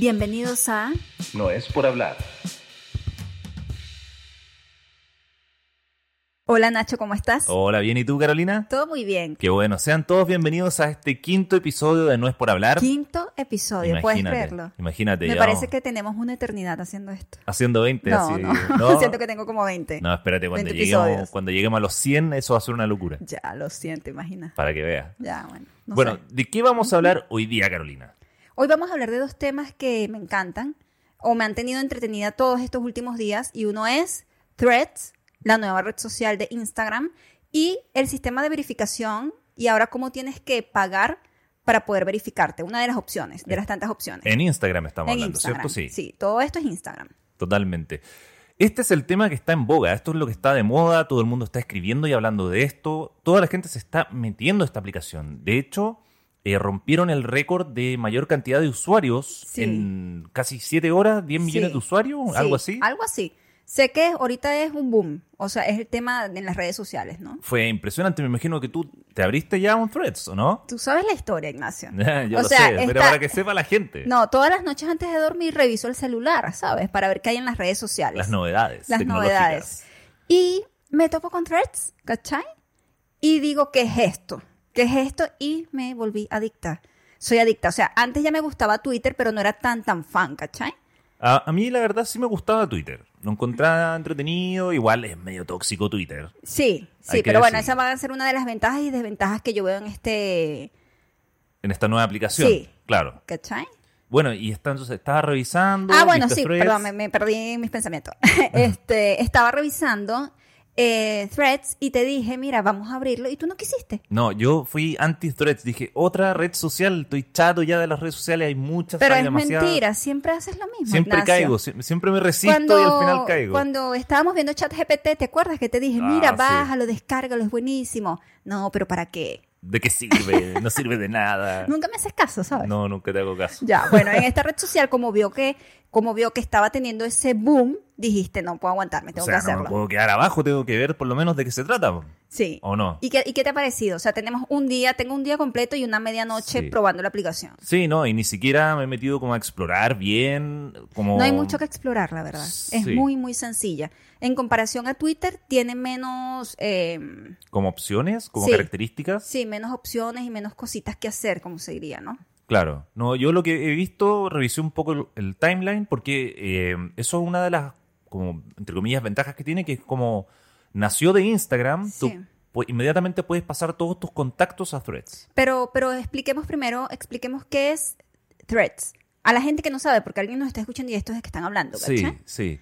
Bienvenidos a No es por hablar. Hola Nacho, ¿cómo estás? Hola, bien, ¿y tú, Carolina? Todo muy bien. Qué bueno, sean todos bienvenidos a este quinto episodio de No es por hablar. Quinto episodio, puedes creerlo. Imagínate, Me ya parece vamos que tenemos una eternidad haciendo esto. haciendo 20 no, así. no, No, siento que tengo como 20. No, espérate, cuando 20 lleguemos, episodios. cuando lleguemos a los 100 eso va a ser una locura, Ya, lo siento, imagina. para que veas. Ya, bueno. no bueno, sé. ¿de qué vamos a hablar hoy día, Carolina? Hoy vamos a hablar de dos temas que me encantan o me han tenido entretenida todos estos últimos días y uno es Threads, la nueva red social de Instagram y el sistema de verificación y ahora cómo tienes que pagar para poder verificarte, una de las opciones, Eh, de las tantas opciones. En Instagram estamos En hablando, Instagram. ¿cierto? Sí, Sí, todo esto es Instagram. totalmente. Este es el tema que está en boga, esto es lo que está de moda, todo el mundo está escribiendo y hablando de esto, toda la gente se está metiendo a esta aplicación. De hecho, eh, rompieron el récord de mayor cantidad de usuarios Sí. en casi 7 horas, 10 millones Sí. de usuarios, Sí, Oh, algo así. Algo así. Sé que ahorita es un boom, o sea, es el tema en las redes sociales, ¿no? Fue impresionante, me imagino que tú te abriste ya un Threads, ¿o no? Tú sabes la historia, Ignacio. Yo O lo sea, sé, pero está- para que sepa la gente, No, todas las noches antes de dormir reviso el celular, ¿sabes? Para ver qué hay en las redes sociales. las novedades Las tecnológicas. novedades. Y me topo con threads, ¿cachai? Y digo, ¿qué es esto? ¿Qué es esto? Y me volví adicta. Soy adicta. O sea, antes ya me gustaba Twitter, pero no era tan, tan fan, ¿cachai? A, a mí la verdad sí me gustaba Twitter, lo encontraba entretenido, igual es medio tóxico Twitter. Sí, sí, Hay que pero bueno, decirlo. esas van a ser una de las ventajas y desventajas que yo veo en este, en esta nueva aplicación. Sí. Claro. ¿cachai? Bueno, y está, entonces estaba revisando. Ah, bueno, viste sí, threads. perdón, me, me perdí en mis pensamientos. este, estaba revisando eh, Threads y te dije, mira, vamos a abrirlo y tú no quisiste. No, yo fui anti-threads. Dije, otra red social. Estoy chato ya de las redes sociales. Hay muchas. Pero hay es demasiadas. mentira, siempre haces lo mismo. Siempre Ignacio. caigo. sie- Siempre me resisto y al final caigo. Cuando estábamos viendo ChatGPT, ¿te acuerdas que te dije, Ah, mira, sí. bájalo, descárgalo, es buenísimo? No, pero ¿para qué? ¿De qué sirve? No sirve de nada. Nunca me haces caso, ¿sabes? Ah. No, nunca te hago caso. Ya, bueno, en esta red social, como vio que, como vio que estaba teniendo ese boom, dijiste, no puedo aguantarme, O tengo sea, que no hacerlo. me puedo Oh. quedar abajo. Tengo que ver por lo menos de qué se trata. Sí. ¿O no? ¿Y qué, y qué te ha parecido? O sea, tenemos un día, tengo un día completo y una medianoche Sí. probando la aplicación. Sí, no. Y ni siquiera me he metido como a explorar bien. Como... No hay mucho que explorar, la verdad. Es Oh. Sí. muy, muy sencilla. En comparación a Twitter, tiene menos, eh, Como opciones, como Sí. características. sí, menos opciones y menos cositas que hacer, como se diría, ¿no? Claro, no, yo lo que he visto, revisé un poco el, el timeline porque eh, eso es una de las, como, entre comillas, ventajas que tiene, que es como nació de Instagram, tú Sí. pu- inmediatamente puedes pasar todos tus contactos a threads. Pero, pero expliquemos primero, expliquemos qué es Threads. A la gente que no sabe, porque alguien nos está escuchando y estos es que están hablando, Sí, ¿cachai? sí.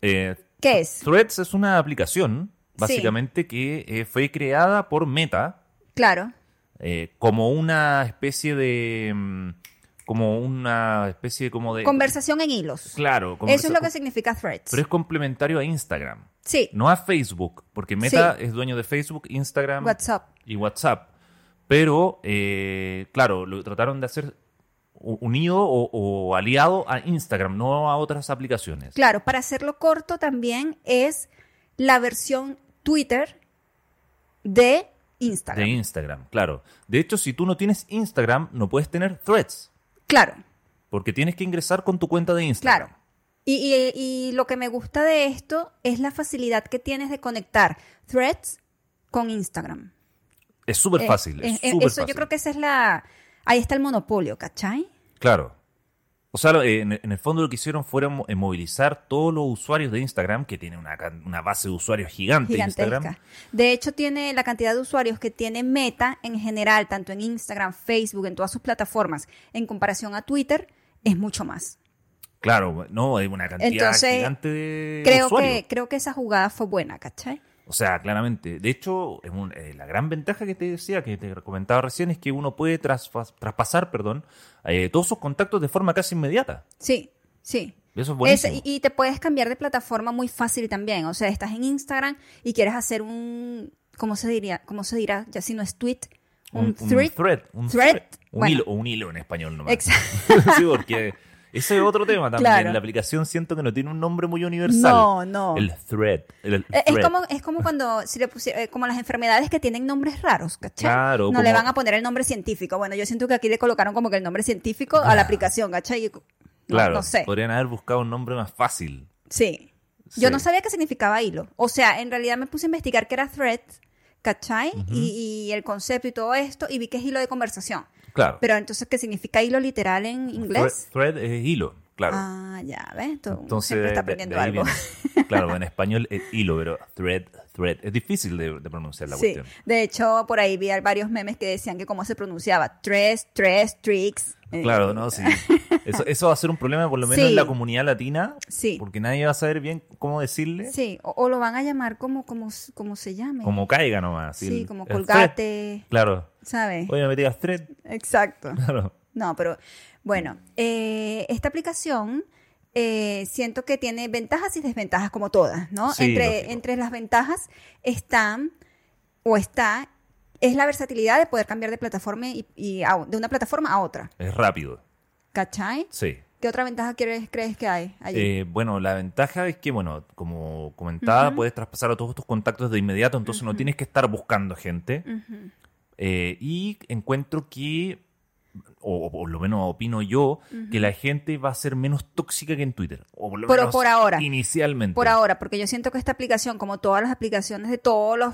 Eh, ¿Qué es? threads es una aplicación, básicamente, que eh, fue creada por Meta Claro. eh, como una especie de... mm, como una especie como de... Conversación en hilos. Claro, Eso es conversa- lo que significa Threads. Pero es complementario a Instagram. Sí, No a Facebook, porque Meta es dueño de Facebook, Instagram WhatsApp. y WhatsApp. Pero, eh, claro, lo trataron de hacer u- unido o, o aliado a Instagram, no a otras aplicaciones. Claro, para hacerlo corto también es la versión Twitter de Instagram. De Instagram, claro. De hecho, si tú no tienes Instagram, no puedes tener threads, Claro, porque tienes que ingresar con tu cuenta de Instagram. claro. Y, y- y lo que me gusta de esto es la facilidad que tienes de conectar Threads con Instagram. Es súper Eh, fácil. eh, Es, eh, súper eso yo fácil. creo que esa es la... Ahí está el monopolio, ¿cachai? Claro. O sea, lo- eh, en en el fondo lo que hicieron fue mo- eh, movilizar todos los usuarios de Instagram, que tiene una, can- una base de usuarios gigante Instagram. Gigantesca. De hecho, tiene la cantidad de usuarios que tiene Meta en general, tanto en Instagram, Facebook, en todas sus plataformas, en comparación a Twitter, es mucho más. Claro, no, hay una cantidad Entonces, gigante de Creo usuarios. que, creo que esa jugada fue buena, ¿cachai? O sea, claramente. De hecho, es un- eh, la gran ventaja que te decía, que te comentaba recién, es que uno puede trasfa- traspasar perdón, eh, todos sus contactos de forma casi inmediata. Sí, sí. Eso es buenísimo. Es- y, y te puedes cambiar de plataforma muy fácil también. O sea, estás en Instagram y quieres hacer un, ¿cómo se diría? ¿Cómo se dirá? Ya si no es tweet, un, thread. thread, un thread, un bueno. hilo, o un hilo en español nomás. Exacto. sí, porque ese es otro tema también. Claro. La aplicación siento que no tiene un nombre muy universal. No, no. El thread. el- el Eh, Es thread. como, es como cuando si le pusie- eh, como las enfermedades que tienen nombres raros, ¿cachai? Claro, No como- le van a poner el nombre científico. Bueno, yo siento que aquí le colocaron como que el nombre científico a la aplicación, ¿cachai? Y- No- Claro, no sé. podrían haber buscado un nombre más fácil. Sí. Yo Sí. no sabía qué significaba hilo. O sea, en realidad me puse a investigar qué era thread, ¿cachai? y, y el concepto y todo esto, y vi que es hilo de conversación. Claro. Pero entonces, ¿qué significa hilo literal en inglés? Thread, thread es hilo, claro. Ah, ya, ¿ves? Entonces, uno Entonces, siempre está de- de- de aprendiendo ahí algo. viene. Claro, en español es hilo, pero thread, thread. Es difícil de, de pronunciar la sí. cuestión. De hecho, por ahí vi varios memes que decían que cómo se pronunciaba. Tres, tres, tricks. Eh, Claro, no, sí. Eso, eso va a ser un problema, por lo menos Sí. en la comunidad latina, Sí. porque nadie va a saber bien cómo decirle, Sí, o, o lo van a llamar como, como, como se llame. como caiga nomás. sí, el- como el thread. colgate, Claro. ¿sabes? Oye, me metí a thread. Exacto. Claro. No, pero bueno, eh, esta aplicación eh, siento que tiene ventajas y desventajas como todas, ¿no? Sí, lógico. entre, entre las ventajas están o está es la versatilidad de poder cambiar de plataforma y, y a- de una plataforma a otra, Es rápido. ¿cachai? Sí. ¿Qué otra ventaja quieres, crees que hay allí? Eh, bueno, la ventaja es que, bueno, como comentaba, puedes traspasar a todos tus contactos de inmediato, entonces no tienes que estar buscando gente. Ujú. Eh, y encuentro que, o o por lo menos opino yo, que la gente va a ser menos tóxica que en Twitter. O por lo Pero menos por ahora. Inicialmente. Por ahora, porque yo siento que esta aplicación, como todas las aplicaciones de todos los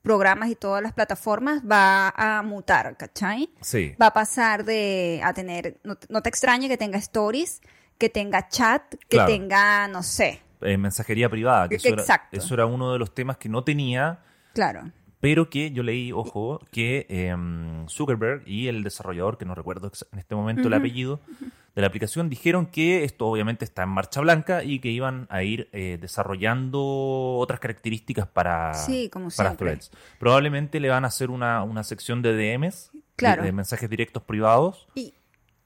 programas y todas las plataformas, va a mutar, ¿cachai? Sí. va a pasar de a tener, no, te- no te extrañe que tenga stories, que tenga chat, que Claro. tenga, no sé, Eh, mensajería privada, que eso era, Exacto. eso era uno de los temas que no tenía, claro. pero que yo leí, ojo, que em, Zuckerberg y el desarrollador, que no recuerdo ex- en este momento el apellido de la aplicación, dijeron que esto obviamente está en marcha blanca y que iban a ir eh, desarrollando otras características para, Sí, como Ah, para siempre. threads. Probablemente le van a hacer una, una sección de DMs, de- Claro. de, mensajes directos privados. Y,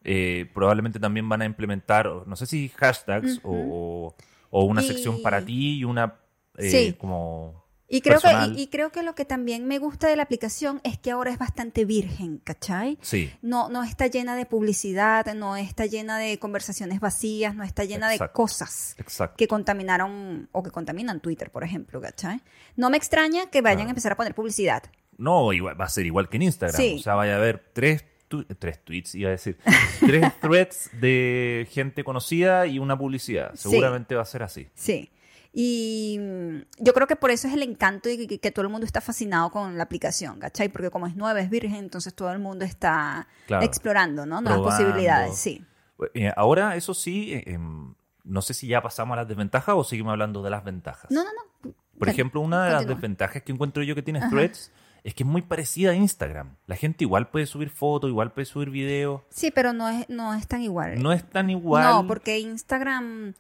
Eh, probablemente también van a implementar, no sé si hashtags o- o, o una Y- sección para ti y una eh, Sí. como... y creo que, personal. y, y creo que lo que también me gusta de la aplicación es que ahora es bastante virgen, ¿cachai? Sí, No, no está llena de publicidad, no está llena de conversaciones vacías, no está llena de Exacto. cosas exacto. que contaminaron o que contaminan Twitter, por ejemplo, ¿cachai? No me extraña que vayan Claro. a empezar a poner publicidad. No, igual- va a ser igual que en Instagram. Sí. O sea, vaya a haber tres, tu- tres tweets, iba a decir. tres threads de gente conocida y una publicidad. Sí. Seguramente va a ser así. Sí. Y mm, yo creo que por eso es el encanto y que, que todo el mundo está fascinado con la aplicación, ¿cachai? Porque como es nueva, es virgen, entonces todo el mundo está Claro. explorando, ¿no? Nuevas Probando. posibilidades, sí. Eh, ahora, eso sí, eh, em, no sé si ya pasamos a las desventajas o seguimos hablando de las ventajas. No, no, no. Por Bueno, ejemplo, una de las continúa. desventajas que encuentro yo que tiene Threads es que es muy parecida a Instagram. La gente igual puede subir fotos, igual puede subir videos. Sí, pero no es, no es tan igual. No es tan igual. No, porque Instagram...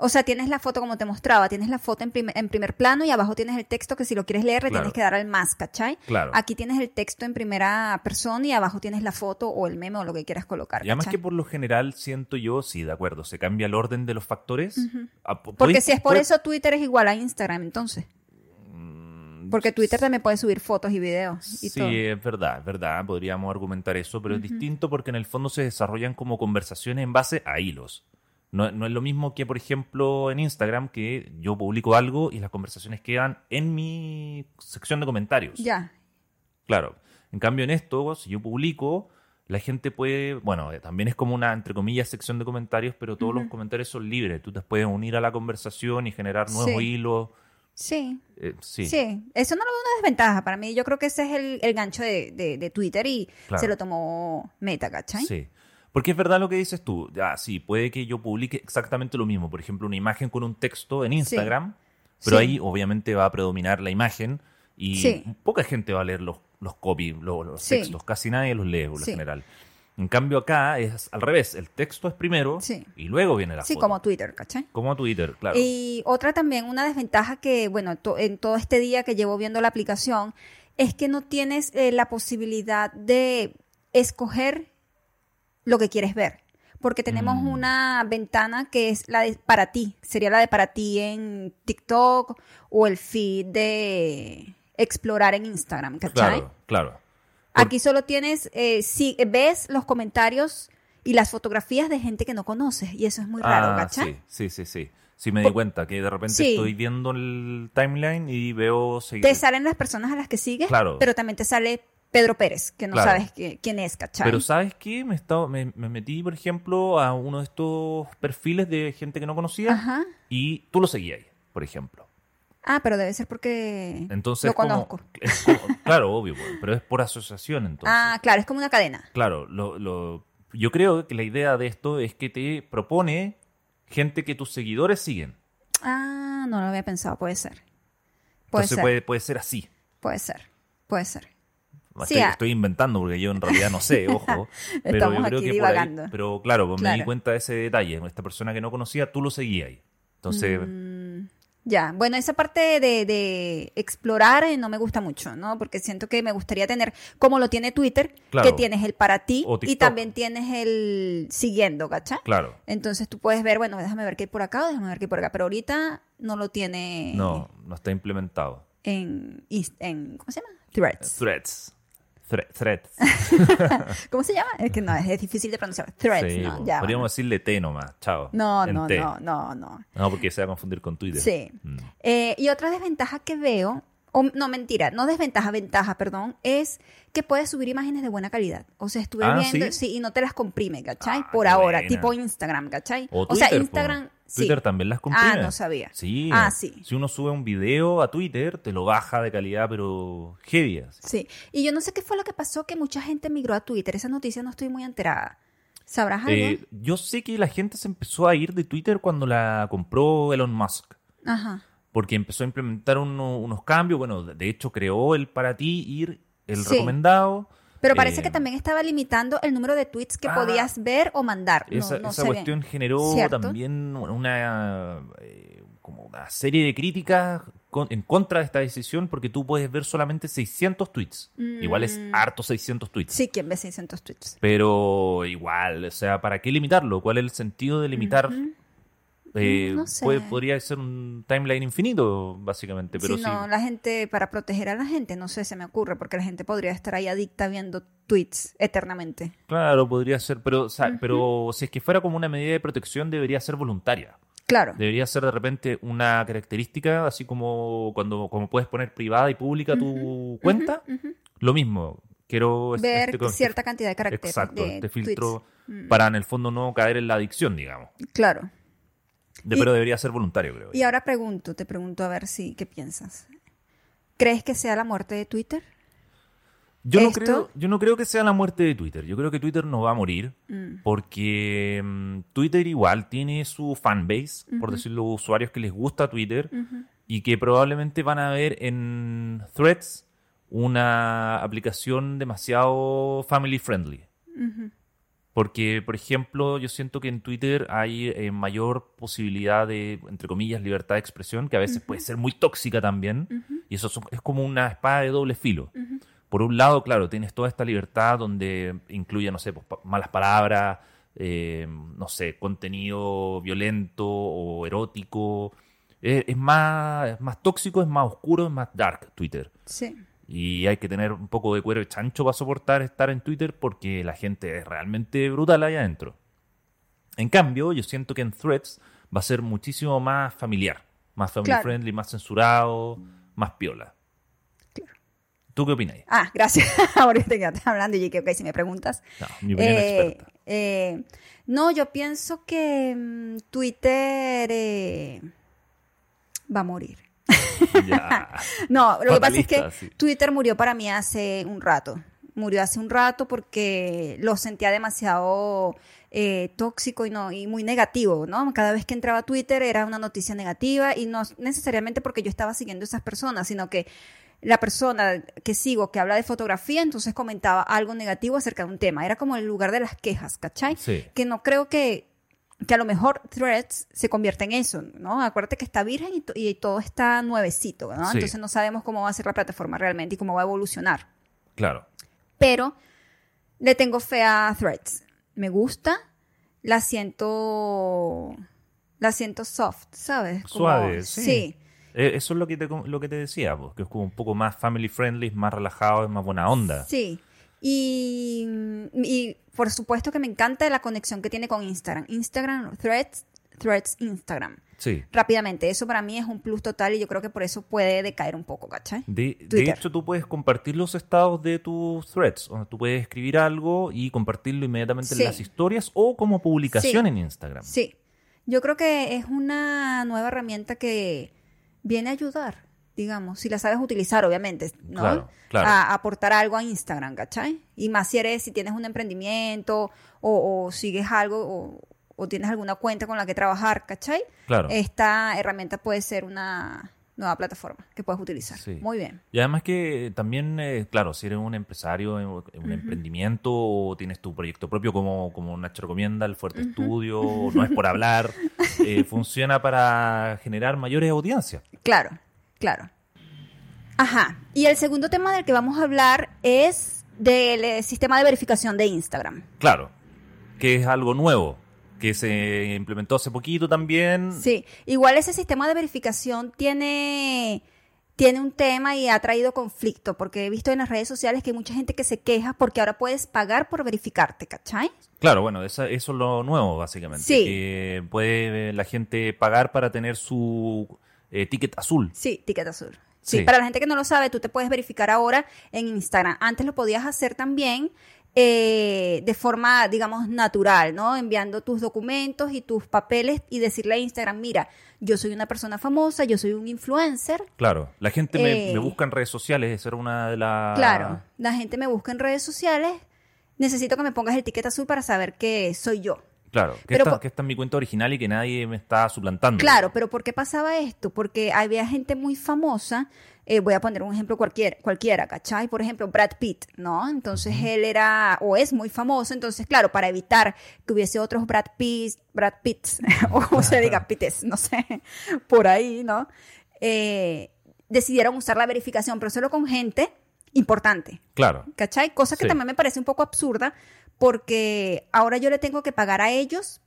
O sea, tienes la foto como te mostraba, tienes la foto en, prim- en primer plano y abajo tienes el texto que si lo quieres leer le Claro. tienes que dar al más, ¿cachai? Claro. Aquí tienes el texto en primera persona y abajo tienes la foto o el meme o lo que quieras colocar. Y además ¿cachai? que por lo general siento yo, sí, de acuerdo, se cambia el orden de los factores. Ah, Porque pu- puede- si es por puede- eso Twitter es igual a Instagram, entonces. mm, Porque Twitter también puede subir fotos y videos y Sí, todo. es verdad, es verdad, podríamos argumentar eso, pero es distinto porque en el fondo se desarrollan como conversaciones en base a hilos. No, no es lo mismo que, por ejemplo, en Instagram, que yo publico algo y las conversaciones quedan en mi sección de comentarios. Ya. Claro. En cambio, en esto, si yo publico, la gente puede, bueno, eh, también es como una, entre comillas, sección de comentarios, pero todos los comentarios son libres. Tú te puedes unir a la conversación y generar nuevos Sí. hilos. Sí. Eh, sí. Sí. Eso no lo veo una desventaja para mí. Yo creo que ese es el, el gancho de, de- de Twitter y Claro. se lo tomó Meta, ¿cachai? Sí. Porque es verdad lo que dices tú. Ah, sí, puede que yo publique exactamente lo mismo. Por ejemplo, una imagen con un texto en Instagram, pero Sí. ahí obviamente va a predominar la imagen y Sí. poca gente va a leer los, los copy, los, los Sí. textos. Casi nadie los lee por lo Sí. general. En cambio, acá es al revés. El texto es primero Sí. y luego viene la Sí, foto. como Eh, Twitter, ¿cachai? Como Twitter, claro. Y otra también, una desventaja que, bueno, to- en todo este día que llevo viendo la aplicación, es que no tienes eh, la posibilidad de escoger lo que quieres ver. Porque tenemos Mm. una ventana que es la de para ti. Sería la de para ti en TikTok o el feed de explorar en Instagram, ¿cachai? Claro, claro. por- Aquí solo tienes, eh, si ves los comentarios y las fotografías de gente que no conoces. Y eso es muy raro, Ah, ¿cachai? sí, sí, sí, sí. Sí me di cuenta que de repente Sí. estoy viendo el timeline y veo... segui- Te salen las personas a las que sigues, Claro. pero también te sale Pedro Pérez, que no Claro. sabes que- quién es, ¿cachai? Pero ¿sabes qué? Me, he estado- me, me metí, por ejemplo, a uno de estos perfiles de gente que no conocía Ajá. y tú lo seguías, por ejemplo. Ah, pero debe ser porque Entonces, lo como- conozco. es como- claro, obvio, weón, pero es por asociación entonces. ah, claro, es como una cadena. Claro, lo, lo- yo creo que la idea de esto es que te propone gente que tus seguidores siguen. Ah, no lo había pensado, puede ser. Puede entonces ser, puede... Puede, puede ser así. ser, puede ser. Sí, estoy, ah. estoy inventando porque yo en realidad no sé, ojo. pero yo Estamos creo aquí que por ahí, divagando. Pero claro, pues me di Claro. cuenta de ese detalle. Esta persona que no conocía, tú lo seguías ahí. Entonces, Mm, ya, bueno, esa parte de, de explorar eh, no me gusta mucho, ¿no? Porque siento que me gustaría tener, como lo tiene Twitter, Claro. que tienes el para ti O y TikTok. también tienes el siguiendo, ¿cachai? claro. Entonces tú puedes ver, bueno, déjame ver qué hay por acá o déjame ver qué hay por acá, pero ahorita no lo tiene No, no está implementado. en, Inst- en, ¿cómo se llama? Threads. Threads. Thre- threads. ¿Cómo se llama? Es que no, es, es difícil de pronunciar. Threads, Eh, Sí, ¿no? bueno, Ya, podríamos decirle T nomás, chao. bueno. en No, no, T. no, no, no. No, porque se va a confundir con Twitter. Sí. Mm. Eh, y otra desventaja que veo, o, no mentira, no desventaja, ventaja, perdón, es que puedes subir imágenes de buena calidad. O sea, estuve Ah, viendo, ¿sí? ¿sí? y no te las comprime, ¿cachai? Ah, Por qué ahora, buena. tipo Instagram, ¿cachai? O, sea, Twitter, po. Instagram, sí. Twitter también las comprime. Ah, no sabía. Sí. Ah, sí. Si uno sube un video a Twitter, te lo baja de calidad, pero heavy. así. Sí. Y yo no sé qué fue lo que pasó que mucha gente migró a Twitter. Esa noticia no estoy muy enterada. ¿Sabrás algo? Eh, yo sé que la gente se empezó a ir de Twitter cuando la compró Elon Musk. Ajá. Porque empezó a implementar uno- unos cambios. Bueno, de de hecho creó el para ti ir, el Sí. recomendado. Pero parece Eh, que también estaba limitando el número de tweets que ah, podías ver o mandar. No- Esa, no sé esa bien. cuestión generó ¿Cierto? también una, eh, como una serie de críticas con- en contra de esta decisión porque tú puedes ver solamente 600 tweets. Igual es Mm. harto 600 tweets. Sí, quien ve 600 tweets. Pero igual, o sea, ¿para qué limitarlo? ¿Cuál es el sentido de limitar? Ujú. Eh, no sé. puede- podría ser un timeline infinito, básicamente, pero si sí. no, la gente, para proteger a la gente, no sé, se me ocurre, porque la gente podría estar ahí adicta viendo tweets eternamente. Claro, podría ser, pero, o sea, Ujú. pero si es que fuera como una medida de protección, debería ser voluntaria. Claro. Debería ser de repente una característica, así como cuando como puedes poner privada y pública tu cuenta, Ujú. lo mismo. Quiero este- Ver este- cierta cantidad de caracteres. Exacto, de este filtro tweets. Mm, para en el fondo no caer en la adicción, digamos. Claro. De- Y- pero debería ser voluntario, creo. Y ahora pregunto, te pregunto a ver si, ¿qué piensas? ¿Crees que sea la muerte de Twitter? Yo no, ¿Esto? creo, yo no creo que sea la muerte de Twitter. Yo creo que Twitter no va a morir Mm, porque mm, Twitter igual tiene su fanbase, por Ujú. decirlo, usuarios que les gusta Twitter ujú. y que probablemente van a ver en Threads una aplicación demasiado family friendly. Ujú. Porque, por ejemplo, yo siento que en Twitter hay eh, mayor posibilidad de, entre comillas, libertad de expresión, que a veces puede ser muy tóxica también. Ujú. Y eso son- es como una espada de doble filo. Ujú. Por un lado, claro, tienes toda esta libertad donde incluye, no sé, pues, pa- malas palabras, eh, no sé, contenido violento o erótico. Eh, es, más, es más tóxico, es más oscuro, es más dark Twitter. Sí. Y hay que tener un poco de cuero de chancho para soportar estar en Twitter porque la gente es realmente brutal allá adentro. En cambio, yo siento que en Threads va a ser muchísimo más familiar, más family Claro. friendly, más censurado, más piola. ¿Tú qué opinas? Ah, gracias. Ahora te quedaste hablando y yo dije, ok, si me preguntas. No, mi opinión Eh, experta. eh, no, yo pienso que mm, Twitter eh, va a morir. Ya. No, lo que pasa es Fatalista, que sí. Twitter murió para mí hace un rato. Murió hace un rato porque lo sentía demasiado eh, tóxico y, no, y muy negativo, ¿no? Cada vez que entraba a Twitter era una noticia negativa y no necesariamente porque yo estaba siguiendo a esas personas, sino que la persona que sigo que habla de fotografía entonces comentaba algo negativo acerca de un tema. Era como el lugar de las quejas, ¿cachai? Sí. que no creo que, que a lo mejor Threads se convierta en eso, ¿no? Acuérdate que está virgen y, to- y todo está nuevecito, ¿no? Sí. Entonces no sabemos cómo va a ser la plataforma realmente y cómo va a evolucionar. Claro. Pero le tengo fe a Threads. Me gusta, la siento, la siento soft, ¿sabes? Como- Suave, sí. Sí, Eh, Eso es lo que te, lo que te decía, pues, que es como un poco más family friendly, es más relajado, es más buena onda. Sí. Y, y por supuesto que me encanta la conexión que tiene con Instagram. Instagram, Threads, Threads, Instagram. Sí. rápidamente. Eso para mí es un plus total y yo creo que por eso puede decaer un poco, ¿cachai? De, de Twitter. hecho, tú puedes compartir los estados de tus threads. O tú puedes escribir algo y compartirlo inmediatamente Sí. en las historias o como publicación en Instagram. Sí, yo creo que es una nueva herramienta que viene a ayudar, digamos, si la sabes utilizar, obviamente, ¿no? Claro, claro. A a aportar algo a Instagram, ¿cachai? Y más si eres, si tienes un emprendimiento o, o sigues algo o, o tienes alguna cuenta con la que trabajar, ¿cachai? Claro. Esta herramienta puede ser una nueva plataforma que puedes utilizar. Sí. Muy bien. Y además que también, eh, claro, si eres un empresario, eh, un emprendimiento o tienes tu proyecto propio como, como Nacho recomienda, el Fuerte Estudio, no es por hablar, eh, funciona para generar mayores audiencias. Claro, claro. Ajá. Y el segundo tema del que vamos a hablar es del eh, sistema de verificación de Instagram. Claro, que es algo nuevo, que se implementó hace poquito también. Sí, igual ese sistema de verificación tiene, tiene un tema y ha traído conflicto, porque he visto en las redes sociales que hay mucha gente que se queja porque ahora puedes pagar por verificarte, ¿cachai? Claro, bueno, esa- eso es lo nuevo, básicamente. Sí. Que puede eh, la gente pagar para tener su eh, ticket azul. Sí, ticket azul. Sí, Sí. para la gente que no lo sabe, tú te puedes verificar ahora en Instagram. Antes lo podías hacer también eh, de forma, digamos, natural, ¿no? Enviando tus documentos y tus papeles y decirle a Instagram, mira, yo soy una persona famosa, yo soy un influencer, Claro, la gente me, Eh. me busca en redes sociales, esa era una de las... Claro, la gente me busca en redes sociales. Necesito que me pongas el ticket azul para saber que soy yo. Claro, que, Pero esta, po- que esta es mi cuenta original y que nadie me está suplantando. Claro, pero ¿por qué pasaba esto? Porque había gente muy famosa. eh, voy a poner un ejemplo cualquiera, cualquiera, ¿cachai? Por ejemplo, Brad Pitt, ¿no? Entonces él era o es muy famoso. Entonces, claro, para evitar que hubiese otros Brad Pitt, Brad Pitts, o como se diga, Pitts, no sé, por ahí, ¿no? Eh, decidieron usar la verificación, pero solo con gente importante. Claro, ¿Cachai? Cosa que Sí. también me parece un poco absurda porque ahora yo le tengo que pagar a ellos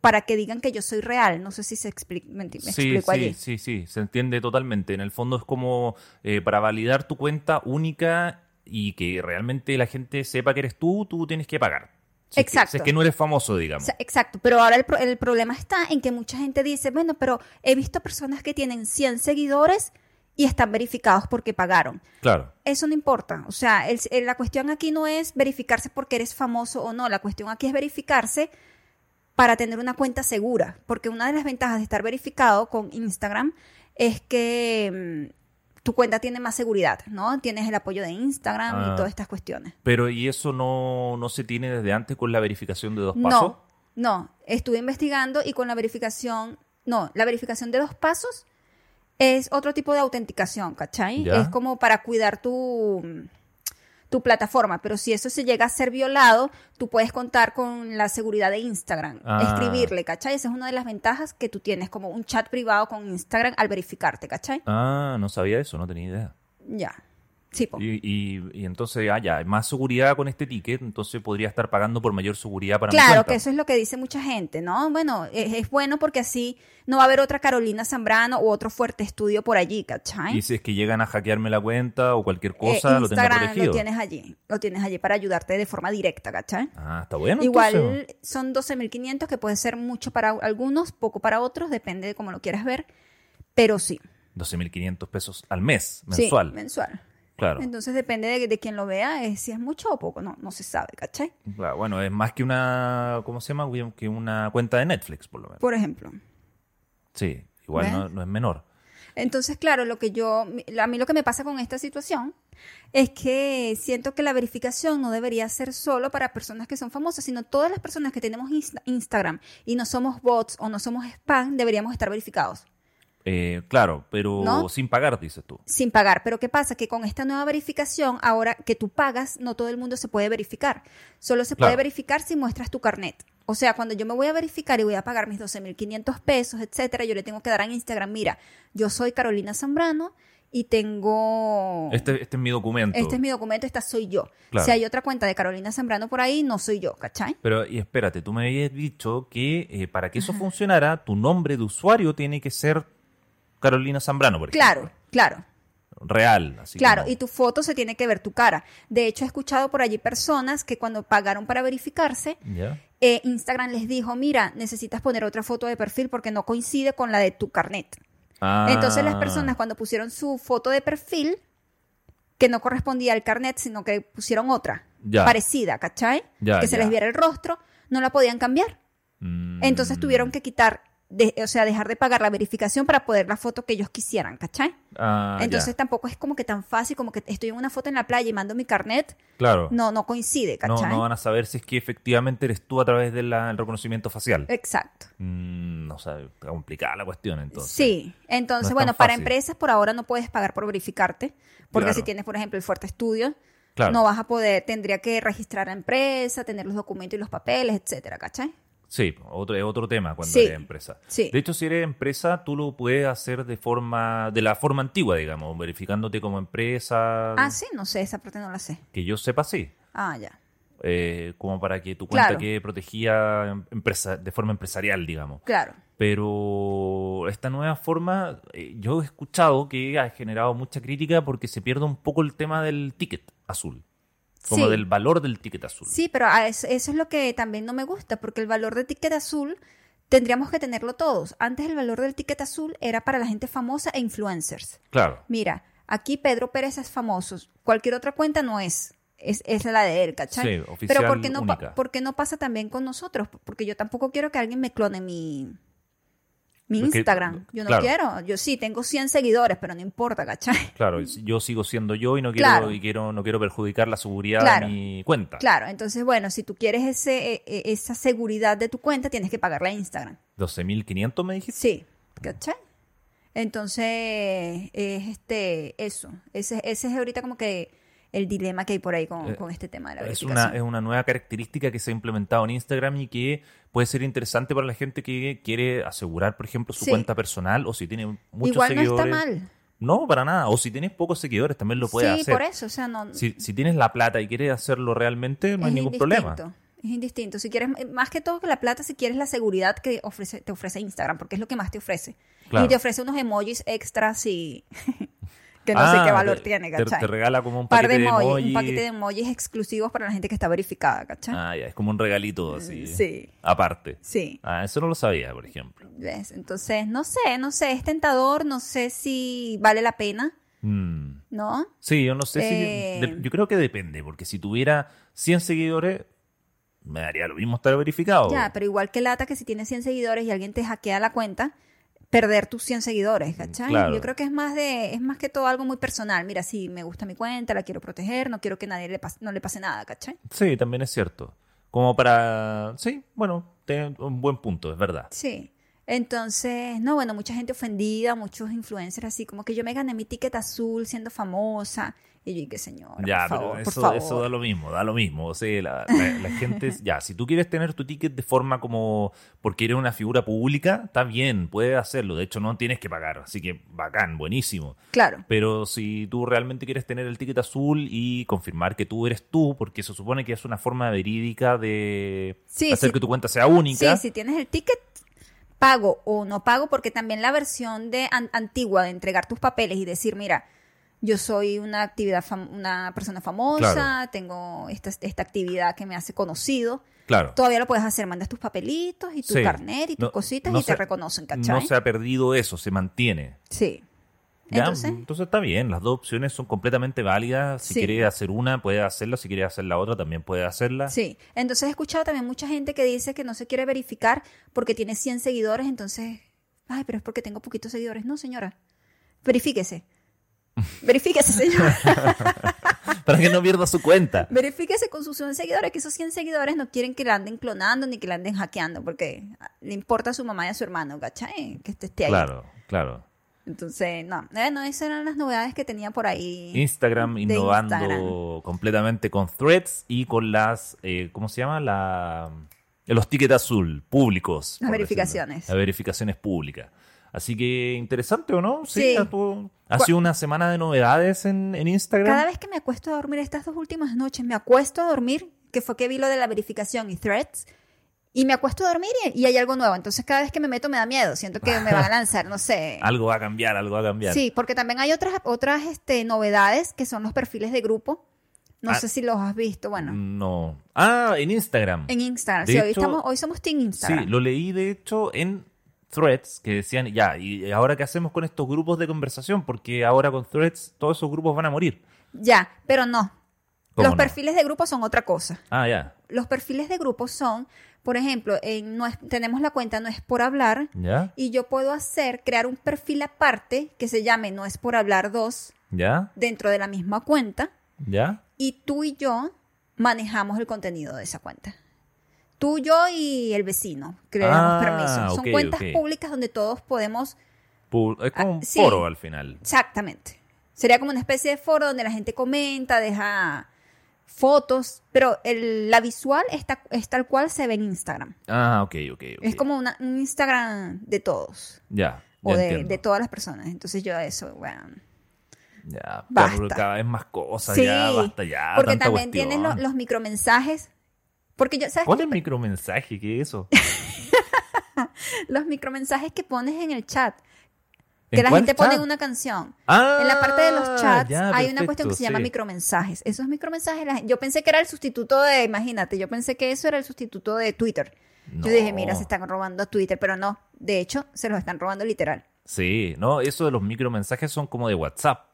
para que digan que yo soy real. No sé si se expli- me, enti- me sí, explico sí, allí. sí, sí, se entiende totalmente. En el fondo es como eh, para validar tu cuenta única y que realmente la gente sepa que eres tú, tú tienes que pagar. Si es que- Exacto. si es que no eres famoso, digamos. O sea, exacto, pero ahora el, pro- el problema está en que mucha gente dice, bueno, pero he visto personas que tienen 100 seguidores y están verificados porque pagaron. Claro. Eso no importa. O sea, el- el- la cuestión aquí no es verificarse porque eres famoso o no. La cuestión aquí es verificarse para tener una cuenta segura. Porque una de las ventajas de estar verificado con Instagram es que mm, tu cuenta tiene más seguridad, ¿no? Tienes el apoyo de Instagram Ah. y todas estas cuestiones. Pero ¿y eso no, no se tiene desde antes con la verificación de dos pasos? No, no. Estuve investigando y con la verificación, no, la verificación de dos pasos es otro tipo de autenticación, ¿cachai? Ya. Es como para cuidar tu, tu plataforma, pero si eso se llega a ser violado, tú puedes contar con la seguridad de Instagram, Ah. escribirle, ¿cachai? Esa es una de las ventajas que tú tienes, como un chat privado con Instagram al verificarte, ¿cachai? Ah, no sabía eso, no tenía idea. Ya. Sí, po. Y, y- y entonces, ah, ya, hay más seguridad con este ticket, entonces podría estar pagando por mayor seguridad para mi Claro, cuenta. que eso es lo que dice mucha gente, ¿no? Bueno, es, es bueno porque así no va a haber otra Carolina Zambrano u otro fuerte estudio por allí, ¿cachai? Y si es que llegan a hackearme la cuenta o cualquier Eh, cosa, lo tengo Instagram protegido. lo tienes allí, lo tienes allí para ayudarte de forma directa, ¿cachai? Ah, está bueno. entonces. Igual son 12.500 que puede ser mucho para algunos, poco para otros, depende de cómo lo quieras ver, pero sí. 12.500 pesos al mes, Sí, mensual. mensual. Claro. Entonces depende de, de quien lo vea, eh, si es mucho o poco, no, no se sabe, ¿cachai? Claro, Bueno, es más que una, ¿cómo se llama? Que una cuenta de Netflix, por lo menos. Por ejemplo. Sí, igual no, ¿Ves? no es menor. Entonces, claro, lo que yo, a mí lo que me pasa con esta situación es que siento que la verificación no debería ser solo para personas que son famosas, sino todas las personas que tenemos Insta- Instagram y no somos bots o no somos spam, deberíamos estar verificados Eh, claro, pero ¿No? sin pagar, dices tú. sin pagar. Pero ¿qué pasa? Que con esta nueva verificación, ahora que tú pagas, no todo el mundo se puede verificar. Solo se Claro. puede verificar si muestras tu carnet. O sea, cuando yo me voy a verificar y voy a pagar mis 12.500 pesos, etcétera, yo le tengo que dar a Instagram, mira, yo soy Carolina Zambrano y tengo... Este, este es mi documento. Oh. Este es mi documento, esta soy yo. Claro. Si hay otra cuenta de Carolina Zambrano por ahí, no soy yo, ¿cachai? Pero, y espérate, tú me habías dicho que eh, para que eso funcionara, tu nombre de usuario tiene que ser Carolina Zambrano, por ejemplo. Claro, claro. real. Así claro, como- y tu foto se tiene que ver tu cara. De hecho, he escuchado por allí personas que cuando pagaron para verificarse, ¿Ya? eh, Instagram les dijo, mira, necesitas poner otra foto de perfil porque no coincide con la de tu carnet. Ah. Entonces las personas cuando pusieron su foto de perfil, que no correspondía al carnet, sino que pusieron otra, Ya. parecida, ¿cachai? Ya, que se ya. les viera el rostro, no la podían cambiar. Mm. Entonces tuvieron que quitar, de- o sea, dejar de pagar la verificación para poder la foto que ellos quisieran, ¿cachai? Ah, ya. Entonces tampoco es como que tan fácil como que estoy en una foto en la playa y mando mi carnet. Claro. No, no coincide, Oh. No, ¿cachai? no van a saber si es que efectivamente eres tú a través del reconocimiento Eh. facial. Exacto. Mm, no sé, está complicada la cuestión entonces. sí, entonces, no es bueno, tan para fácil. empresas por ahora no puedes pagar por verificarte, porque Claro. si tienes, por ejemplo, el fuerte estudio, Claro. no vas a poder, tendría que registrar a empresa, tener los documentos y los papeles, etcétera, ¿cachai? Sí, otro, es otro tema cuando Sí, eres empresa. sí. De hecho, si eres empresa, tú lo puedes hacer de forma, de la forma antigua, digamos, verificándote como empresa. Ah, sí, no sé, esa parte no la sé. Que yo sepa, sí. Ah, ya. Eh, como para que tu cuenta Claro. quede protegida em- empresa, de forma empresarial, digamos. Claro. Pero esta nueva forma, eh, yo he escuchado que ha generado mucha crítica porque se pierde un poco el tema del ticket azul. Como Sí. del valor del ticket azul. Sí, pero a eso, eso es lo que también no me gusta, porque el valor del ticket azul tendríamos que tenerlo todos. Antes el valor del ticket azul era para la gente famosa e influencers. Claro. Mira, aquí Pedro Pérez es famoso, cualquier otra cuenta no es. Es, es la de él, ¿cachai? Sí, oficial, Pero ¿por qué, no pa- única. por qué no pasa también con nosotros? Porque yo tampoco quiero que alguien me clone mi, mi Porque- Instagram. Yo no claro. quiero. Yo sí, tengo 100 seguidores, pero no importa, ¿cachai? Claro, yo sigo siendo yo y no quiero, Mm. Claro. y quiero no quiero perjudicar la seguridad Claro. de mi cuenta. Claro, entonces, bueno, si tú quieres ese, eh, eh, esa seguridad de tu cuenta, tienes que pagarla a Instagram. 12.500 me dijiste. Sí, ¿cachai? Entonces, es este, eso. Ese, ese es ahorita como que el dilema que hay por ahí con, Eh, con este tema de la Es verificación. una, es una nueva característica que se ha implementado en Instagram y que puede ser interesante para la gente que quiere asegurar, por ejemplo, su Sí. cuenta personal o si tiene muchos Igual no seguidores. está mal. No, para nada. O si tienes pocos seguidores, también lo puedes sí, hacer. por eso, o sea, no... Si, si tienes la plata y quieres hacerlo realmente, no hay es ningún indistinto, problema. Es indistinto. Si quieres, eh, más que todo que la plata, si quieres la seguridad que ofrece, te ofrece Instagram, porque es lo que más te ofrece. Claro. Y te ofrece unos emojis extras y que no sé Ah, qué valor te- tiene, te, ¿cachai? te regala como un Par de paquete de emojis, emoji. un paquete de emojis exclusivos para la gente que está verificada, ¿cachai? Ah, ya, es como un regalito así. Mm, Sí. Aparte. Sí. Ah, eso no lo sabía, por ejemplo. ¿Ves? Entonces, no sé, no sé, es tentador, no sé si vale la pena, Mm. ¿no? Sí, yo no sé Eh. si. de- yo creo que depende, porque si tuviera 100 seguidores, me daría lo mismo estar verificado. Ya, pero igual que lata que si tienes 100 seguidores y alguien te hackea la cuenta, perder tus 100 seguidores, ¿cachai? Mm, Claro. Yo creo que es más de es más que todo algo muy personal. Mira, si me gusta mi cuenta, la quiero proteger, no quiero que nadie le pas- no le pase nada, ¿cachai? Sí, también es cierto. Como para. Sí, bueno, te- un buen punto, es verdad. Sí. Entonces, no, bueno, mucha gente ofendida, muchos influencers así como que yo me gané mi ticket azul siendo famosa y yo y que señor, Ya, por favor, pero por eso, favor. eso da lo mismo, da lo mismo. O sea, la, la- la gente, es- ya, si tú quieres tener tu ticket de forma como porque eres una figura pública, está bien, puedes hacerlo. De hecho, no tienes que pagar, así que bacán, buenísimo. Claro. Pero si tú realmente quieres tener el ticket azul y confirmar que tú eres tú, porque se supone que es una forma verídica de Sí, hacer sí. que tu cuenta sea única. Sí, si tienes el ticket, pago o no pago, porque también la versión de an- antigua de entregar tus papeles y decir, mira, yo soy una actividad, fam- una persona famosa, Claro. tengo esta, esta actividad que me hace conocido. Claro. Todavía lo puedes hacer, mandas tus papelitos y tu Sí. carnet y tus No- cositas no y se- te reconocen, ¿cachai? No se ha perdido eso, se mantiene. Sí. ¿Ya? Entonces, Entonces, está bien, las dos opciones son completamente válidas. Si Sí. quieres hacer una, puedes hacerla. Si quieres hacer la otra, también puedes hacerla. sí. Entonces he escuchado también mucha gente que dice que no se quiere verificar porque tiene 100 seguidores, entonces, ay, pero es porque tengo poquitos seguidores. No, señora, verifíquese. Verifíquese, señora. Para que no pierda su cuenta. Verifíquese con sus 100 seguidores, que esos 100 seguidores no quieren que la anden clonando ni que la anden hackeando, porque ah, le importa a su mamá y a su hermano, ¿cachai? Que este esté ahí. Claro, claro. Entonces, no. Bueno, esas eran las novedades que tenía por ahí. Instagram de innovando Instagram. completamente con threads y con las, eh, ¿cómo se llama? La, eh, los tickets azul públicos. Las por decirlo. verificaciones. Las verificaciones públicas. Así que interesante o no? Sí. Sí. Ha, tu- ha sido una semana de novedades en, en Instagram. Cada vez que me acuesto a dormir estas dos últimas noches, me acuesto a dormir, que fue que vi lo de la verificación y threads, Y me acuesto a dormir y, y hay algo nuevo. Entonces cada vez que me meto me da miedo. Siento que me van a lanzar, no sé. Algo va a cambiar, algo va a cambiar. Sí, porque también hay otras, otras este, novedades que son los perfiles de grupo. No Ah. sé si los has visto. Bueno, No. Ah, en Instagram. en Instagram. De Sí, hoy, hecho- estamos, hoy somos Team Instagram. Sí, lo leí de hecho en Threads, que decían, ya, ¿y ahora qué hacemos con estos grupos de conversación? Porque ahora con Threads todos esos grupos van a morir. Ya, pero no. ¿Cómo Los no? perfiles de grupo son otra cosa. Ah, ya. Los perfiles de grupo son, por ejemplo, en no es- tenemos la cuenta No es por hablar ¿Ya? y yo puedo hacer, crear un perfil aparte que se llame No es por hablar 2 ¿Ya? dentro de la misma cuenta ¿Ya? y tú y yo manejamos el contenido de esa cuenta. Tú, yo y el vecino, que le damos Ah, permiso. Son ok, cuentas ok. públicas donde todos podemos, Pu- Es como Ah, un sí. foro al final. exactamente. Sería como una especie de foro donde la gente comenta, deja fotos, pero el- la visual está, es tal cual se ve en Instagram. Ah, ok, ok. ok. Es como una- un Instagram de todos. Ya. O ya de, entiendo. de todas las personas. Entonces yo eso, bueno. Ya, Basta. pero cada vez más cosas, Sí, ya, basta ya. porque tanta también cuestión. tienes lo- los micromensajes. Porque yo, ¿sabes? ¿Cuál es el micromensaje? ¿Qué es eso? Los micromensajes que pones en el chat. ¿En Que la cuál gente pone chat? una canción. Ah, en la parte de los chats ya, hay una perfecto, cuestión que se llama sí. micromensajes. Esos micromensajes, la gen- yo pensé que era el sustituto de, imagínate, yo pensé que eso era el sustituto de Twitter. No. Yo dije, mira, se están robando a Twitter, pero no. De hecho, se los están robando literal. Sí, no, eso de los micromensajes son como de WhatsApp.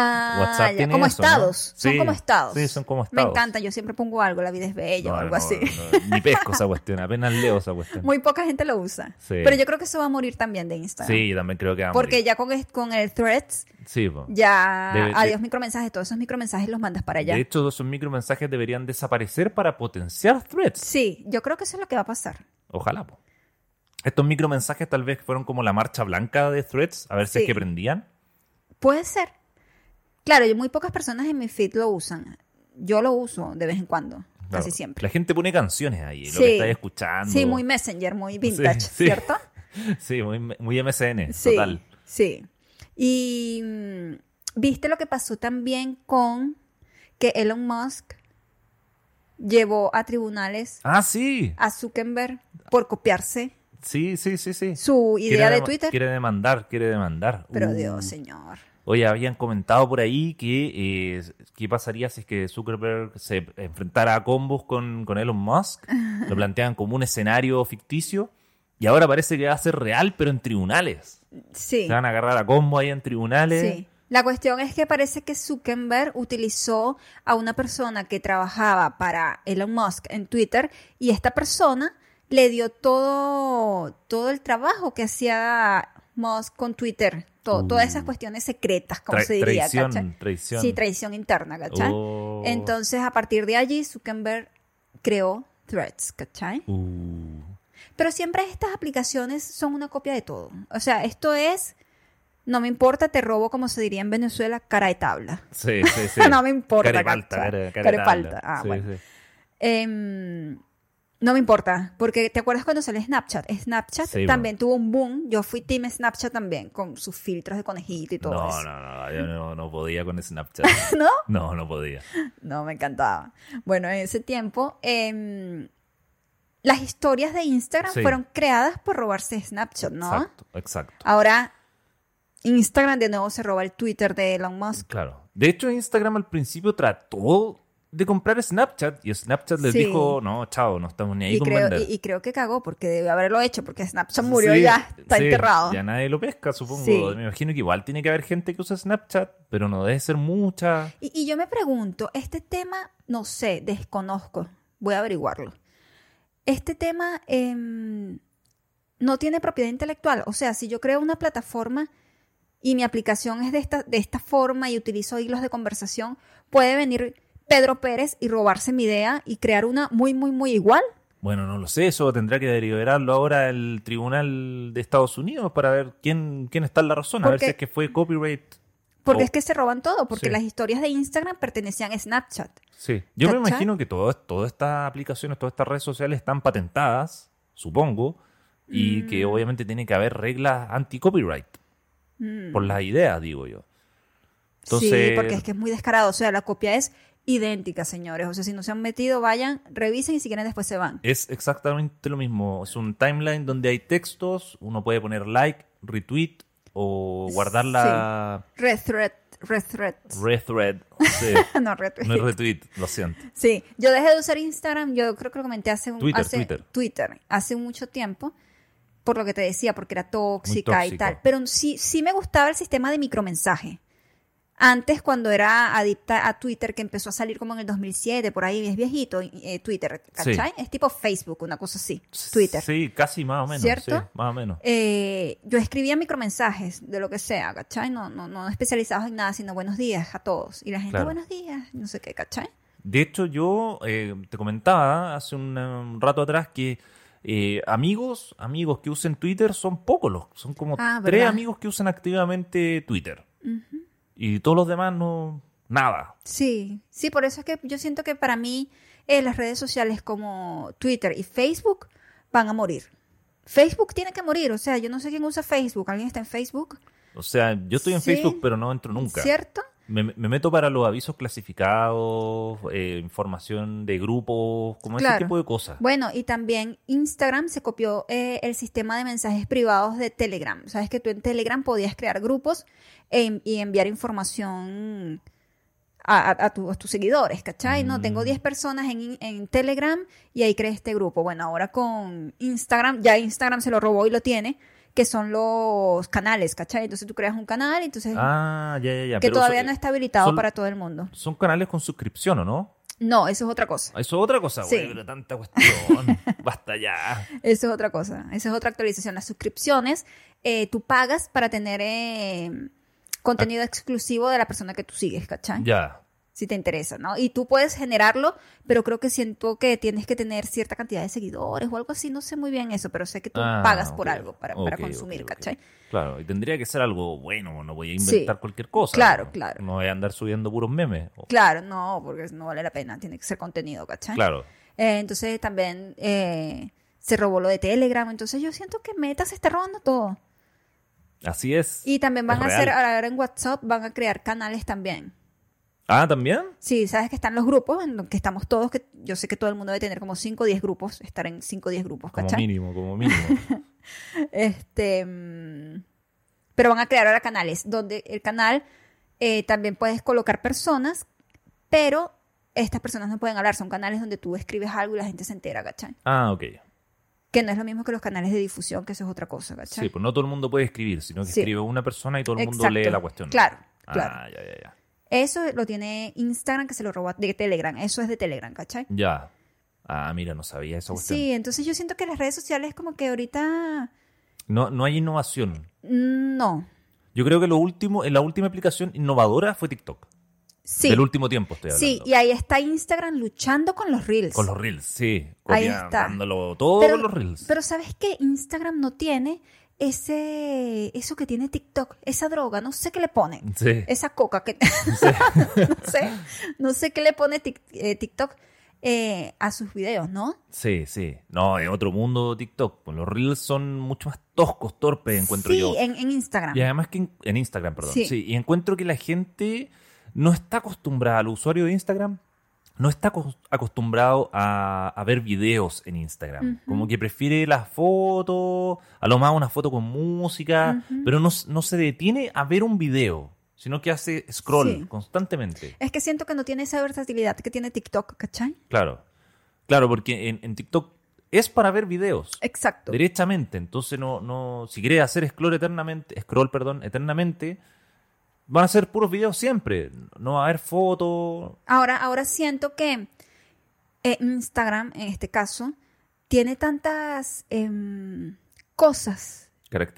Ah, WhatsApp ya, tiene como eso, ¿no? estados. Son Sí, como estados. sí, son como Me estados. encanta, yo siempre pongo algo, la vida es bella No, o algo no, así. no, ni pesco esa cuestión, apenas leo esa cuestión. Muy poca gente lo usa. Sí. Pero yo creo que eso va a morir también de Instagram. Sí, también creo que va a Porque morir. ya con, es- con el Threads, Sí, po. ya. ah, Debe- de- adiós, micromensajes. Todos esos micromensajes los mandas para allá. De hecho, esos micromensajes deberían desaparecer para potenciar threads. Sí, yo creo que eso es lo que va a pasar. Ojalá, po. Estos micromensajes tal vez fueron como la marcha blanca de threads, a ver si Sí. es que prendían. Puede ser. Claro, yo- muy pocas personas en mi feed lo usan. Yo lo uso de vez en cuando, Claro, casi siempre. La gente pone canciones ahí, lo Sí. que estáis escuchando. Sí, muy messenger, muy vintage, sí. ¿cierto? Sí, muy, muy MSN, Sí, total. Sí. Y mm, viste lo que pasó también con que Elon Musk llevó a tribunales Ah, sí. a Zuckerberg por copiarse Sí, sí, sí, sí. su idea Quiere de dema- Twitter. Quiere demandar, quiere demandar. Pero Uh. Dios, señor. Oye, habían comentado por ahí que eh, qué pasaría si es que Zuckerberg se enfrentara a combos con, con Elon Musk. Lo plantean como un escenario ficticio. Y ahora parece que va a ser real, pero en tribunales. Sí. Se van a agarrar a combo ahí en tribunales. sí. La cuestión es que parece que Zuckerberg utilizó a una persona que trabajaba para Elon Musk en Twitter y esta persona le dio todo, todo el trabajo que hacía Musk con Twitter, to- Uh. todas esas cuestiones secretas, como Tra- se diría. traición, ¿cachai? traición. Sí, traición interna, ¿cachai? Oh. Entonces, a partir de allí, Zuckerberg creó Threads, ¿cachai? Uh. Pero siempre estas aplicaciones son una copia de todo. O sea, esto es, no me importa, te robo, como se diría en Venezuela, cara de tabla. Sí, sí, sí. No me importa, Carepalta, cacha. care- Carepalta, caretabla. ah, Sí, bueno. sí. Em, no me importa, porque ¿te acuerdas cuando salió Snapchat? Snapchat Sí, también tuvo un boom. Yo fui team Snapchat también, con sus filtros de conejito y todo No, eso. no, no, yo no, no podía con Snapchat. ¿No? No, no podía. No, me encantaba. Bueno, en ese tiempo, em, las historias de Instagram Sí. fueron creadas por robarse Snapchat, ¿no? Exacto, exacto. Ahora, Instagram de nuevo se roba el Twitter de Elon Musk. Claro. De hecho, Instagram al principio trató de comprar Snapchat y Snapchat les Sí. dijo, no, chao, no estamos ni ahí Y con creo, vender. y- y creo que cagó porque debe haberlo hecho, porque Snapchat murió Sí, ya, está sí, enterrado. Ya nadie lo pesca, supongo. Sí. Me imagino que igual tiene que haber gente que usa Snapchat, pero no debe ser mucha. Y, y yo me pregunto, este tema, no sé, desconozco, voy a averiguarlo. Este tema em, no tiene propiedad intelectual. O sea, si yo creo una plataforma y mi aplicación es de esta, de esta forma y utilizo hilos de conversación, puede venir Pedro Pérez y robarse mi idea y crear una muy, muy, muy igual. Bueno, no lo sé, eso tendrá que deliberarlo ahora el Tribunal de Estados Unidos para ver quién, quién está en la razón, a ver Porque- si es que fue copyright. Porque o- es que se roban todo, porque Sí. las historias de Instagram pertenecían a Snapchat. Sí. Yo me ¿Cachai? imagino que todo- todas estas aplicaciones, todas estas redes sociales están patentadas, supongo, Mm. y que obviamente tiene que haber reglas anti-copyright Mm. por las ideas, digo yo. Entonces, sí, porque es que es muy descarado. O sea, la copia es idéntica, señores. O sea, si no se han metido, vayan, revisen y si quieren después se van. Es exactamente lo mismo. Es un timeline donde hay textos, uno puede poner like, retweet o guardar la Rethread, rethread. rethread. Sí. no, retweet. no es retweet, lo siento. Sí, yo dejé de usar Instagram, yo creo que lo comenté hace un- Twitter, hace, Twitter. hace mucho tiempo, por lo que te decía, porque era tóxica y tóxico. tal. Pero sí, sí me gustaba el sistema de micromensaje. Antes, cuando era adicta a Twitter, que empezó a salir como en el 2007, por ahí es viejito, eh, Twitter, Sí. ¿cachai? Es tipo Facebook, una cosa así, Twitter. Sí, casi más o menos. ¿Cierto? sí, más o menos. Eh, yo escribía micromensajes de lo que sea, ¿cachai? No, no, no especializados en nada, sino buenos días a todos. Y la gente, Claro. buenos días, no sé qué, ¿cachai? De hecho, yo eh, te comentaba hace un, eh, un rato atrás que eh, amigos, amigos que usen Twitter son pocos los, son como Ah, tres ¿verdad? amigos que usan activamente Twitter. Ujú. Y todos los demás no, nada. Sí, sí, por eso es que yo siento que para mí eh, las redes sociales como Twitter y Facebook van a morir. Facebook tiene que morir, o sea, yo no sé quién usa Facebook, alguien está en Facebook, O sea, yo estoy en Sí. Facebook, pero no entro nunca. ¿cierto? Me, me meto para los avisos clasificados, eh, información de grupos, como Claro. ese tipo de cosas. Bueno, y también Instagram se copió eh, el sistema de mensajes privados de Telegram. Sabes que tú en Telegram podías crear grupos e en- y enviar información a, a- a tu- a tus seguidores, ¿cachai? No, tengo Mm. 10 personas en, in- en Telegram y ahí creé este grupo. Bueno, ahora con Instagram, ya Instagram se lo robó y lo tiene, que son los canales, ¿cachai? Entonces tú creas un canal, entonces Ah, ya, ya, ya. que pero todavía son- no está habilitado son- para todo el mundo. Son canales con suscripción, ¿o no? No, eso es otra cosa. Eso es otra cosa, güey, Sí. pero tanta cuestión. Basta ya. Eso es otra cosa. Esa es otra actualización. Las suscripciones, eh, tú pagas para tener eh, contenido exclusivo de la persona que tú sigues, ¿cachai? Ya. Si te interesa, ¿no? Y tú puedes generarlo, pero creo que siento que tienes que tener cierta cantidad de seguidores o algo así. No sé muy bien eso, pero sé que tú Ah, pagas por ok. algo para, para Ok, ok, consumir, ok. ¿cachai? Claro, y tendría que ser algo bueno, no voy a Sí. inventar cualquier cosa. Claro, ¿no? claro. No voy a andar subiendo puros memes. O- Claro, no, porque no vale la pena. Tiene que ser contenido, ¿cachai? Claro. Eh, entonces también eh, se robó lo de Telegram. Entonces yo siento que Meta se está robando todo. Así es. Y también van Es a hacer, real. ahora en WhatsApp, van a crear canales también. Ah, ¿también? Sí, sabes que están los grupos en los que estamos todos, que yo sé que todo el mundo debe tener como 5 o 10 grupos, estar en 5 o 10 grupos, Como ¿cachai? mínimo, como mínimo. Este, mm, pero van a crear ahora canales, donde el canal eh, también puedes colocar personas, pero estas personas no pueden hablar, son canales donde tú escribes algo y la gente se entera, ¿cachai? Ah, ok. Que no es lo mismo que los canales de difusión, que eso es otra cosa, ¿cachai? Sí, pues no todo el mundo puede escribir, sino que Sí. escribe una persona y todo el mundo Exacto. lee la cuestión. Claro, Ah, claro. ya, ya, ya. Eso lo tiene Instagram, que se lo robó de Telegram, eso es de Telegram, ¿cachai? Ya. Ah, mira, no sabía esa cuestión. Sí, entonces yo siento que las redes sociales como que ahorita No, no hay innovación. mm, no. Yo creo que lo último, eh, la última aplicación innovadora fue TikTok. Sí. Del último tiempo estoy hablando. Sí, y ahí está Instagram luchando con los reels. Con los reels, sí. Ahí Copian- está. dándolo todo Pero- con los reels. Pero sabes que Instagram no tiene ese eso que tiene TikTok, esa droga, no sé qué le ponen. sí. Esa coca que no sé, no sé qué le pone Tik- eh, TikTok eh, a sus videos, ¿no? Sí, sí. No, es otro mundo TikTok. Pues Los reels son mucho más toscos, torpes, encuentro sí, yo. en, en Instagram. Y además que en, en Instagram, perdón. Sí. Sí. Y encuentro que la gente no está acostumbrada, al usuario de Instagram no está acos- acostumbrado a, a ver videos en Instagram. Ujú. Como que prefiere las fotos, a lo más una foto con música, Ujú. pero no, s- no se detiene a ver un video, sino que hace scroll Sí. constantemente. Es que siento que no tiene esa versatilidad que tiene TikTok, ¿cachai? Claro. Claro, porque en, en TikTok es para ver videos. Exacto. Derechamente. Entonces no, no. Si quieres hacer scroll eternamente, scroll, perdón, eternamente, van a ser puros videos siempre. No va a haber fotos. Ahora, ahora siento que eh, Instagram, en este caso, tiene tantas em, cosas,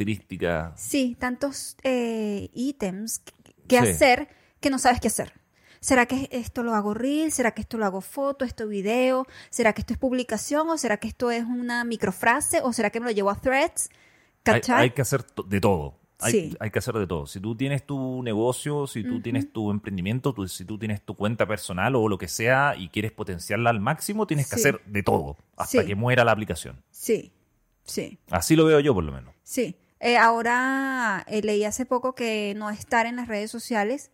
Características. sí, tantos eh, ítems que, que Sí. hacer que no sabes qué hacer. ¿Será que esto lo hago reel? ¿Será que esto lo hago foto? ¿Esto video? ¿Será que esto es publicación? ¿O será que esto es una microfrase? ¿O será que me lo llevo a threads? Hay, ¿Cachai? hay que hacer to- de todo. Hay, Sí. hay que hacer de todo. Si tú tienes tu negocio, si tú Ujú. tienes tu emprendimiento, tú- si tú tienes tu cuenta personal o lo que sea y quieres potenciarla al máximo, tienes que Sí. hacer de todo hasta Sí. que muera la aplicación. Sí, sí. Así lo veo yo, por lo menos. Sí, Eh, ahora eh, leí hace poco que no estar en las redes sociales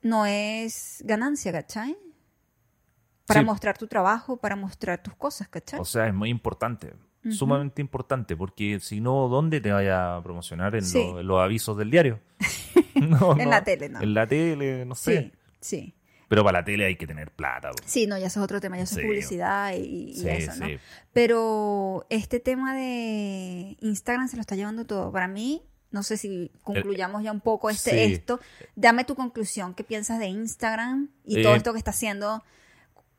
no es ganancia, ¿cachai? Para Sí. mostrar tu trabajo, para mostrar tus cosas, ¿cachai? O sea, es muy importante, sumamente importante, porque si no, ¿dónde te vaya a promocionar en, Sí. lo- en los avisos del diario? No, En la tele, no. En la tele, no sé. sí, sí. Pero para la tele hay que tener plata. po. Sí, no, ya eso es otro tema, ya eso es Sí. publicidad y, y Sí, eso, ¿no? sí. Pero este tema de Instagram se lo está llevando todo. Para mí, no sé si concluyamos ya un poco este, sí. esto. Dame tu conclusión. ¿Qué piensas de Instagram y Eh, todo esto que está haciendo?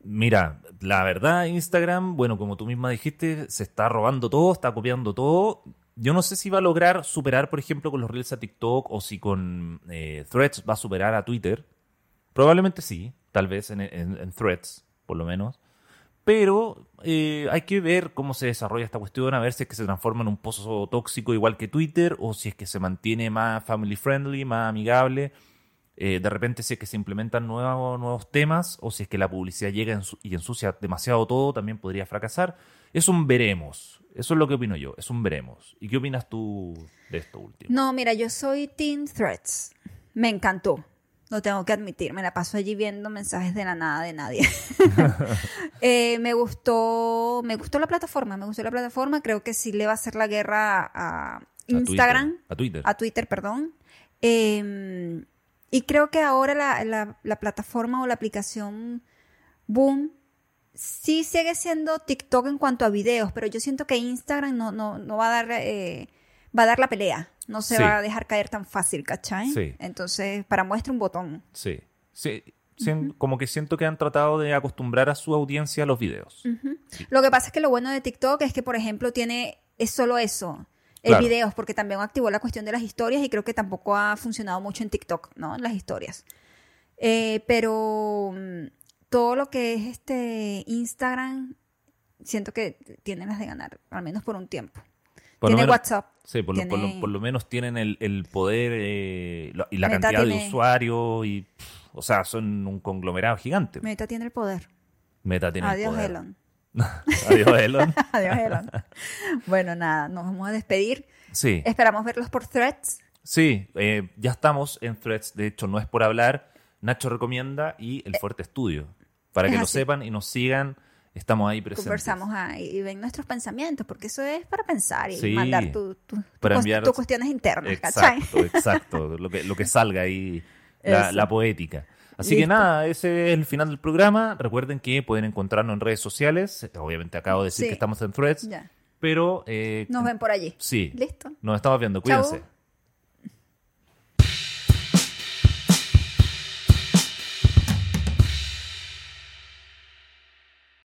Mira, la verdad, Instagram, bueno, como tú misma dijiste, se está robando todo, está copiando todo. Yo no sé si va a lograr superar, por ejemplo, con los Reels a TikTok o si con eh, Threads va a superar a Twitter. Probablemente sí, tal vez en, en- en Threads, por lo menos. Pero eh, hay que ver cómo se desarrolla esta cuestión, a ver si es que se transforma en un pozo tóxico igual que Twitter o si es que se mantiene más family friendly, más amigable. Eh, de repente si es que se implementan nuevos, nuevos temas o si es que la publicidad llega ensu- y ensucia demasiado todo, también podría fracasar. Es un veremos. Eso es lo que opino yo, es un veremos. ¿Y qué opinas tú de esto último? No, mira, yo soy Team Threads. Me encantó. Lo tengo que admitir. Me la paso allí viendo mensajes de la nada de nadie. Eh, me gustó, me gustó la plataforma. Me gustó la plataforma. Creo que sí le va a hacer la guerra a A Instagram. Twitter, a Twitter. a Twitter, perdón. Eh, y creo que ahora la, la- la plataforma o la aplicación Boom sí sigue siendo TikTok en cuanto a videos, pero yo siento que Instagram no, no, no va a dar eh, va a dar la pelea. No se Sí. va a dejar caer tan fácil, ¿cachai? Sí. Entonces, para muestra un botón. Sí. sí. Sien- Como que siento que han tratado de acostumbrar a su audiencia a los videos. Mm. Lo que pasa es que lo bueno de TikTok es que, por ejemplo, tiene, es solo eso. El Claro. videos, porque también activó la cuestión de las historias y creo que tampoco ha funcionado mucho en TikTok, ¿no? En las historias. Eh, pero mm, todo lo que es este Instagram, siento que tienen las de ganar, al menos por un tiempo. Por lo tiene menos- WhatsApp. Sí, por, lo- por lo, tiene- por lo menos tienen el, el poder eh, lo- y la Meta cantidad de tiene- usuarios y... pff, O sea, son un conglomerado gigante. Meta tiene el poder. Meta tiene el Adiós, poder. Elon. Adiós, Elon. Adiós, Elon. bueno, nada, nos vamos a despedir. Sí, Esperamos verlos por threads. sí. eh, ya estamos en Threads. De hecho, no es por hablar. Nacho recomienda y El Fuerte Estudio. Para Eh, es que lo así. sepan y nos sigan, estamos ahí presentes. conversamos ahí y ven nuestros pensamientos, porque eso es para pensar y Sí, mandar tu- tu- tu para cos- enviar- tus cuestiones internas, ¿cachai? Exacto, exacto. Lo que, lo que salga ahí, la, Eso. la poética. Así que Listo. nada, ese es el final del programa. Recuerden que pueden encontrarnos en redes sociales. Obviamente acabo de decir Sí. que estamos en Threads, Ya. pero eh, Nos ven por allí. sí, Listo. nos estamos viendo. Chao. Cuídense.